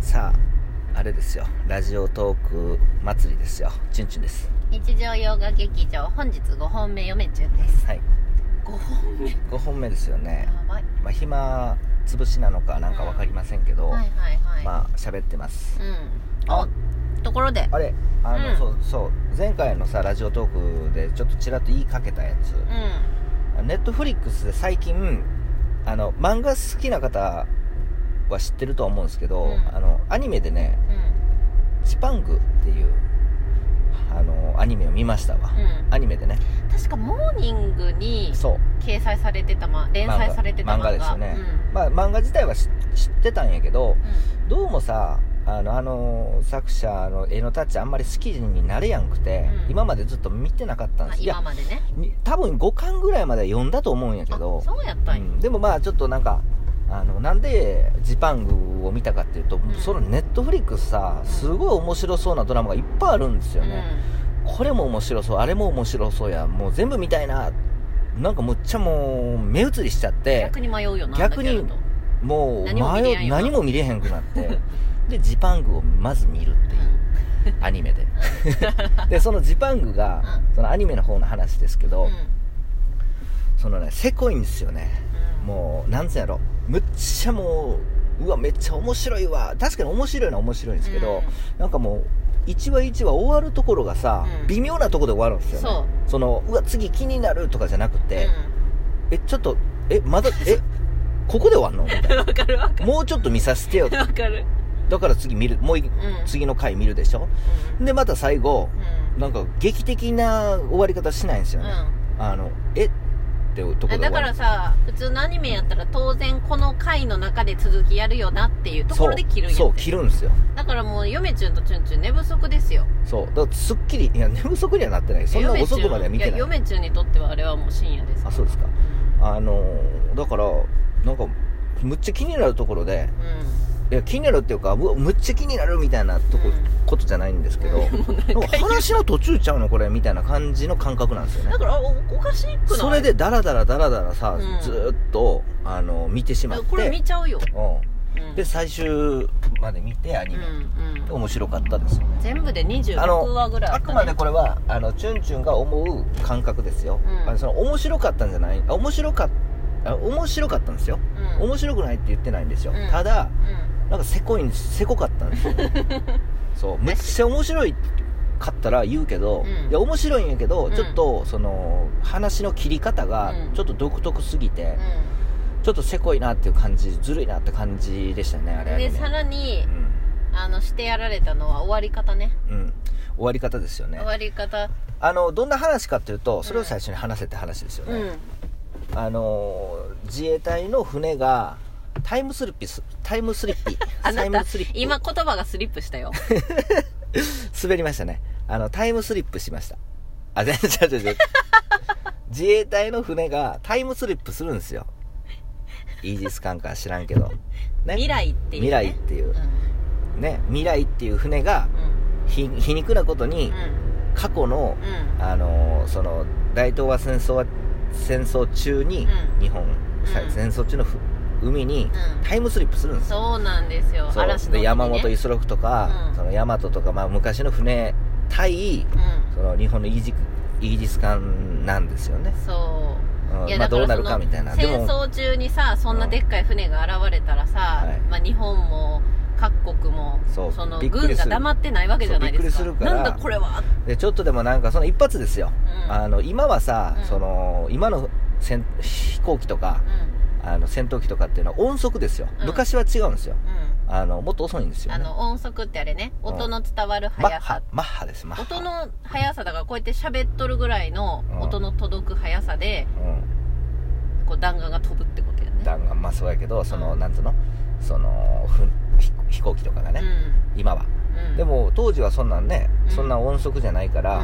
さああれですよラジオトーク祭りですよチュンチュンです日常洋画劇場本日5本目嫁ちゅんですはい5本目や5本目ですよね、ばいまあ、暇つぶしなのかなんか分かりませんけど、はいはいはい、まあ喋ってますうんあところであれあの、うんそうそう前回のさラジオトークでちょっとちらっと言いかけたやつうんネットフリックスで最近あの漫画好きな方は知ってると思うんですけど、うんあのアニメでねう「んチパング」っていうあのアニメを見ましたわ、うアニメでねん確かモーニングにそう掲載されてた、ま、連載されてた漫漫画画ですよね、まあ漫画自体は知知ってたんやけどうんどうもさあのあの作者の絵のタッチあんまり好きになれやんくて、うん今までずっと見てなかったうんんでまあ、すい今やまでねに多分5巻ぐらいまでは読んだと思うんやけあどそうやったんや、うんでもまあちょっとなんかあのなんでジパングを見たかっていうと、んそのネットフリックスさすごい面白そうなドラマがいっぱいあるんですよね、これも面白そうあれも面白そうやもう全部見たいななんかむっちゃもう目移りしちゃっうんて逆に迷うよな逆にだけだともう何も見れへ迷んうよな何も見れへんくなって でジパングをまず見るっていうアニメ ででそのジパングがうそのアニメの方の話ですけうど、んうんそのねせこいんですよねうんもうなんつうんやろむっちゃもううわめっちゃ面白いわ確かに面白いのは面白いんですけど、なんかもう1話1話終わるところがさ、うん微妙なところで終わるんですよねそそのうわ次気になるとかじゃなくうて、えちょっとえまだえここで終 わんのみたいうんわかるわかなもうちょっと見させてよるわかるだから次見るもういうん次の回見るでしょでまた最後うんなんか劇的な終わり方しないんですよね、うんあのえってとこで終わだるからさ普通のアニメやったら当然この回の中で続きやるよなっていうところで切るんやってそうそう切るんですよだからもう嫁ちゅんとちゅんちゅん寝不足ですよそうだからすっきりいや寝不足にはなってないそんな嫁ちゅ遅くまでは見てやない嫁ちゅんにとってはあれはもう深夜ですあそうですかあのーだからなんかむっちゃ気になるところでうんいや気になるっていうかうわむっちゃ気になるみたいなとこ,、うんことじゃないんですけど、もう なんかなんか話の途中ちゃうのこれみたいな感じの感覚なんですよねだからおおかしくないそれでダラダラダラダラさ、うんずーっとあの見てしまってこれ見ちゃうよ、う、うんん、で最終まで見てアニうんメ、うん面白かったですよ全部で26あの話ぐらいあったくねまでこれはあのチュンチュンが思う感覚ですよ、うんあのその面白かったんじゃないあ面白かった面白かったんですよ、うん面白くないって言ってないんですよ、うんただうんなんかせこいんですせこかったん ですよそうめっちゃ面白いかったら言うけど、うんいや面白いんやけど、うんちょっとその話の切り方がうんちょっと独特すぎてう、んちょっとせこいなっていう感じずるいなって感じでしたねあれでさらにあのしてやられたのは終わり方ねうん、うん、終わり方ですよね終わり方あのどんな話かっていうとそれを最初に話せって話ですようね、んあの自衛隊の船がタイムスリッピスタイムスリッピ タあなイたムスリッ、プ今言葉がスリップしたよ。滑りましたねあのタイムスリップしましたあ全然違う違う違 う自衛隊の船がタイムスリップするんですよイージス艦か知らんけど、ね未来っていう、ね。未来っていううん。ね未来っていう船がひ皮肉なことにうん。過去のうん。あのーその大東亜戦争は戦争中にうん日本、さうん戦争中のふ海にうんタイムスリップするんですよ、そうなんですよ。そう嵐の、ね。で山本五十六とか、うんその大和とか、まあ、昔の船対うその日本のイージイージス艦なんですよねん。、そうう。んまあ、どうなるかそのみたいなで戦も争中にさ、そんなでっかい船が現れたらさ、うんはいまあ日本も各国も、そうのびっくり軍すがる黙ってないわけじゃないですか。そうびっくりするからなんだこれは。でちょっとでもなんかその一発ですよ、うんあの今はさ、うんその今の戦飛行機とかあの戦闘機とかっていうのは音速ですよ、うん昔は違うんですようん。うあのもっと遅いんですん。よ、あね、の、音速ってあれね、音の伝わるマッ速さハマッハですマッハ音の速さだからこうやって喋っとるぐらいの音の届く速さでうこう弾丸が飛ぶってことやねん弾丸まあそうやけどその、うんなんつうのそのふ飛飛行機とかがね、今はうんうんでも当時はそんなんね、うんそんな音速じゃないから、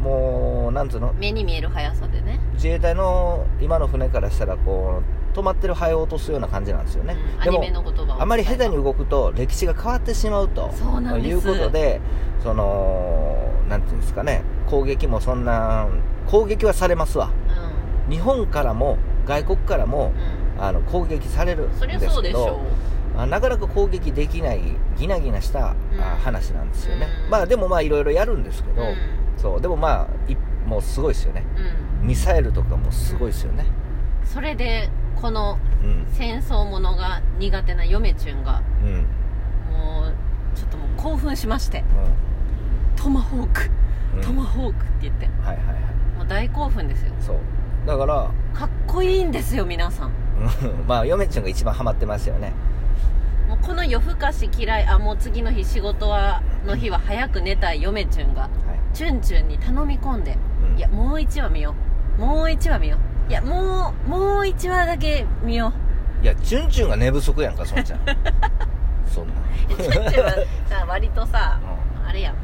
うもうなんつうのん目に見える速さでね自衛隊の今の船からしたらこう止まってる灰を落とすような感じなんですよね、うんでアニもメの言葉をあまり下手に動くと歴史が変わってしまうとそうなんですいうことでそのなんていうんですかね攻撃もそんな攻撃はされますわうん日本からも外国からもあの攻撃されるんそりゃでそすうけでしどょあなかなか攻撃できないギナギナした、うんあ話なんですよね、うんまあでもまあいろいろやるんですけど、うんそうでもまあいもうすごいですよねうんミサイルとかもすごいですよねそれでこのうん戦争ものが苦手な嫁チュンがうん、うんもうちょっともう興奮しましてトマホークうんトマホークって言ってはいはいはいもう大興奮ですよそうだからかっこいいんですよ皆さんうん まあ嫁ちゃんが一番ハマってますよねもうこの夜更かし嫌いあもう次の日仕事はの日は早く寝たい嫁チュンがはい、チュンチュンに頼み込んでうんいやもう1話見ようもう1話見よういやもうもう1話だけ見よいやチュンチュンが寝不足やんかそん ちゃんそんな うチュンチュンはさ割とさうんあれやん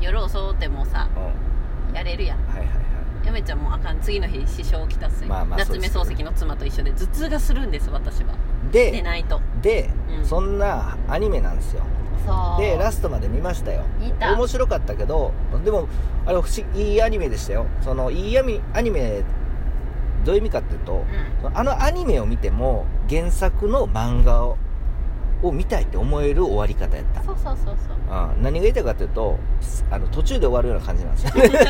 夜遅うてもさうんうんやれるやんはいはいはやめちゃんもうあかん次の日支障きたす、まあまあ夏目そう漱です石の妻と一緒で頭痛がするんです私はいで寝ないとで、うんそんなアニメなんですよそうでラストまで見ましたよ見た面白かったけどでもあれ不思議いいアニメでしたよそのいいアニメアニメどういう意味かっていうとうあのアニメを見ても原作の漫画をを見たいって思える終わり方やったんそうそうそうそううん、何が言いたいかというとあの途中で終わるような感じなんですよね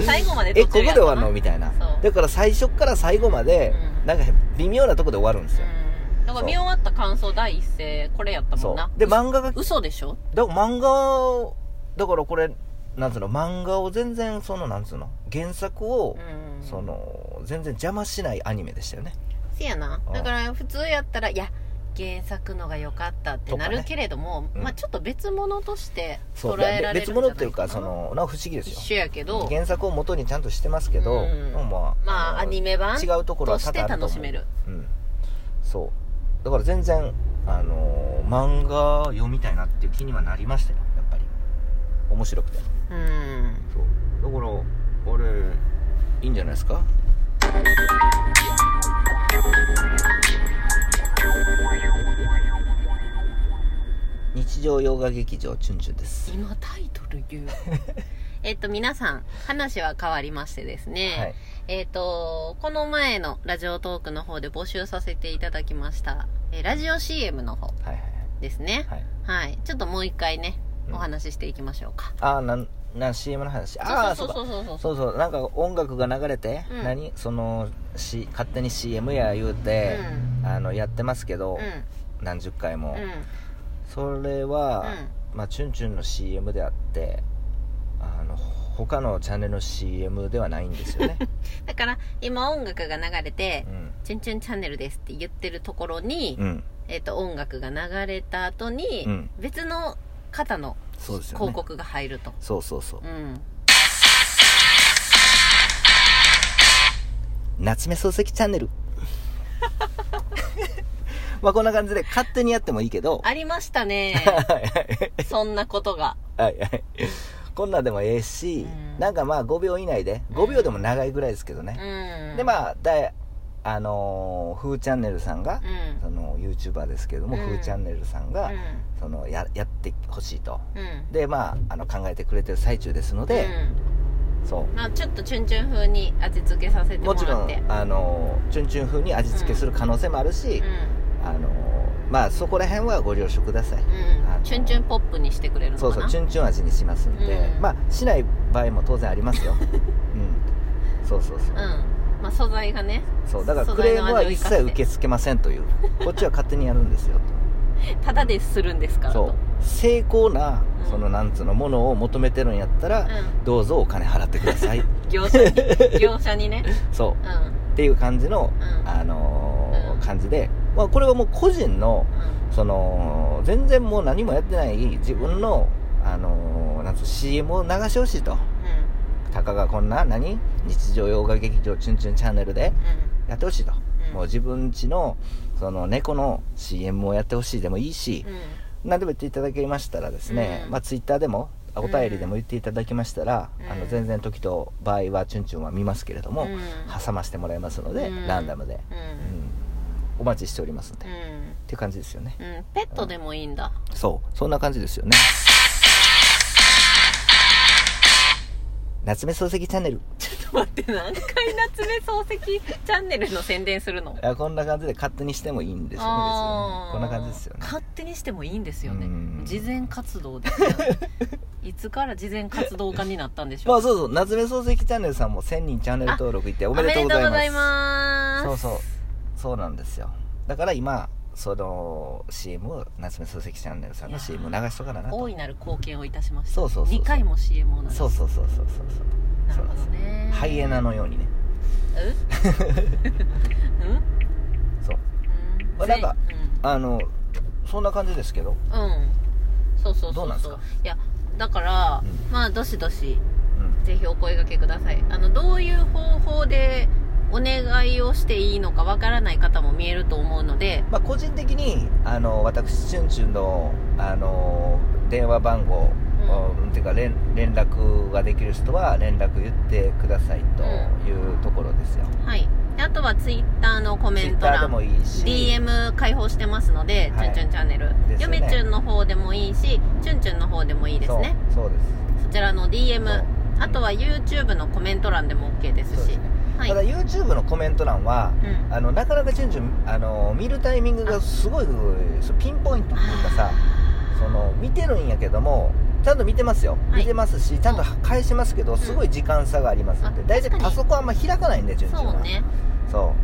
最後までえ途ここ中で終やったわるのみたいなそうだから最初から最後まで、うんなんか微妙なとこで終わるんですよ、うんだから見終わった感想第一声これやったそもんなうで漫画が嘘でしょだから漫画をだからこれなんつうの漫画を全然そのなんつうの原作を、うんその全然邪魔しないアニメでしたよねせやなうんだから普通やったらいや原作のが良かったってなとかるねけれども、うんまあちょっと別物として捉そうえらでれるん別じゃな物いかなっていうかそのな不思議です一よ緒やけど原作を元にちゃんとしてますけど、うんでもまあまあアニメ版違うところはと多して々あると楽思しうめるうん、そうだから全然あのー漫画読みたいなっていう気にはなりましたよやっぱり面白くてうんそうだからあれいいんじゃないですか日常洋画劇場チュンチュンです今タイトル 言うえっと皆さん話は変わりましてですね、はいえっ、と、この前のラジオトークの方で募集させていただきました、えーラジオ CM の方はいですね。はいはいはい。ちょっともう一回ね、うんお話ししていきましょうか。ああなんなん CM の話ああそうそうそうそうそう。そうそうなんか音楽が流れて、うん何そのし勝手に CM や言うて、あのやってますけどうん。、うん。何十回も、うん。それは、まあ、チュンチュンの CM であってあの他のチャンネルの CM ではないんです よね、うん。だから、今音楽が流れてう、んチュンチュンチャンネルですって言ってるところに、うん、えっ、と、音楽が流れた後に、うん別の方のそうですよね広告が入ると。そうそうそううん。夏目漱石チャン ネルまあこんな感じで勝手にやってもいいけどありましたね。そんなことが。はいはいこんなんでもええし、うんなんかまあ5秒以内で5秒でも長いぐらいですけどね、うん。でまあだいあのー、ふーチャンネルさんが、うん。その YouTuber ですけれども、うんふーチャンネルさんが、うそのややってほしいとんうんでまああの考えてくれてる最中ですので、そうんまあ、ちょっとチュンチュン風に味付けさせてうももちらろってんあのチュンチュン風に味付けする可能性もあるし、あのまあそこら辺はご了承ください、うんあうのん、チュンチュンポップにしてくれるのかそうなそうチュンチュン味にしますんで、うんまあしない場合も当然あります ようんそうそうそう、うんまあ、素材がねそうだから素クレ材ーのム味はを一生かして切受け付けませんというこっちは勝手にやるんですよただでするんですかとらそとう成功なうんそのなんつうのものを求めてるんやったら、うどうぞお金払ってください ん、業者に業者にね そううんっていう感じの、うんあのーうん感じで、まあ、これはもう個人のうんその全然もう何もやってない自分の、あのーなんつう CM を流してほしいとたかがこんな何日常洋画劇場チュンチュンチャンネルでやってほしいと、うんもう自分ちのその猫の CM をやってほしいでもいいしうん、うん何でも言っていただけましたらですね、うんまあ、ツイッターでもあお便りでも言っていただきましたら、うんあの全然時と場合はチュンチュンは見ますけれども、うん挟ましてもらいますので、うんランダムで、ううんん、お待ちしておりますんで、うっんていう感じですよねうんペットでもいいんだ そうそんな感じですよね夏目漱石チャンネルちょっと待って何回夏目漱石チャンネルの宣伝するのあこんな感じ で勝手にしてもいいんですよね別にあねーこんな感じですよね勝手にしてもいいんですよねうん慈善活動です よいつから慈善活動家になったんでしまょうあそうそう夏目漱石チャンネルさんも1000人チャンネル登録いっておおめでとうございますますそうそうそうなんですよだから今その CM を夏目漱石チャンネルさんの CM を流しとかななと大いなる貢献をいたしましたそうそうそうそう2回も CM をなそうそうそうそうそうそうなるほどねハイエナのようにねうんうんそううん まあなんかあのそんな感じですけどうん、うん、そうそうそうそうどうなんすかいやだから、うまあどしどしうんぜひお声掛けくださいあのどういう方法でお願いをしていいのかわからない方も見えると思うのでまあ個人的にあの私チュンチュンのあの電話番号、ううん、ていうか連連絡ができる人は連絡言ってくださいというところですよ、はいであとはツイッターのコメント Twitter で欄もいいし DM 開放してますので、はいチュンチュンチャンネル、ですヨよねメチュンの方でもいいしチュンチュンの方でもいいですねそうそうですそちらの DM そうあとは YouTube のコメント欄でも OK ですそうでしすねはいただ YouTube のコメント欄はうんあのなかなかチュンチュンあの見るタイミングがすごいそうピンポイントっていうかさその見てるんやけどもちゃんと見てますよ、はい見てますしちゃんと返しますけどすごい時間差がありますんで、あ大体確かパにソコンあんま開かないんでチュンチュンはそうねそ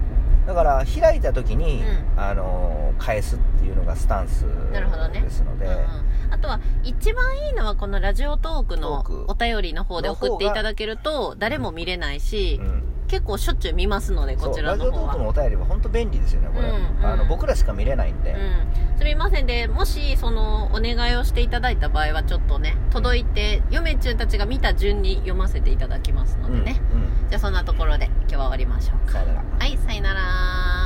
うだから開いた時に、うあの返すっていうのがスタンスなるほどねですので、うんあとは一番いいのはこのラジオトークのトークお便りの方で送っていただけると誰も見れないし、うん結構しょっちゅう見ますのでそこうちらラジオのト方ークのはお便りは本当便利ですよねこれ、うんうんあの僕らしか見れないんで、うんすみませんでもしそのお願いをしていただいた場合はちょっとね届いてヨメチュンたちが見た順に読ませていただきますのでね、うんうんじゃあそんなところで今日は終わりましょうかさよならはいさよなら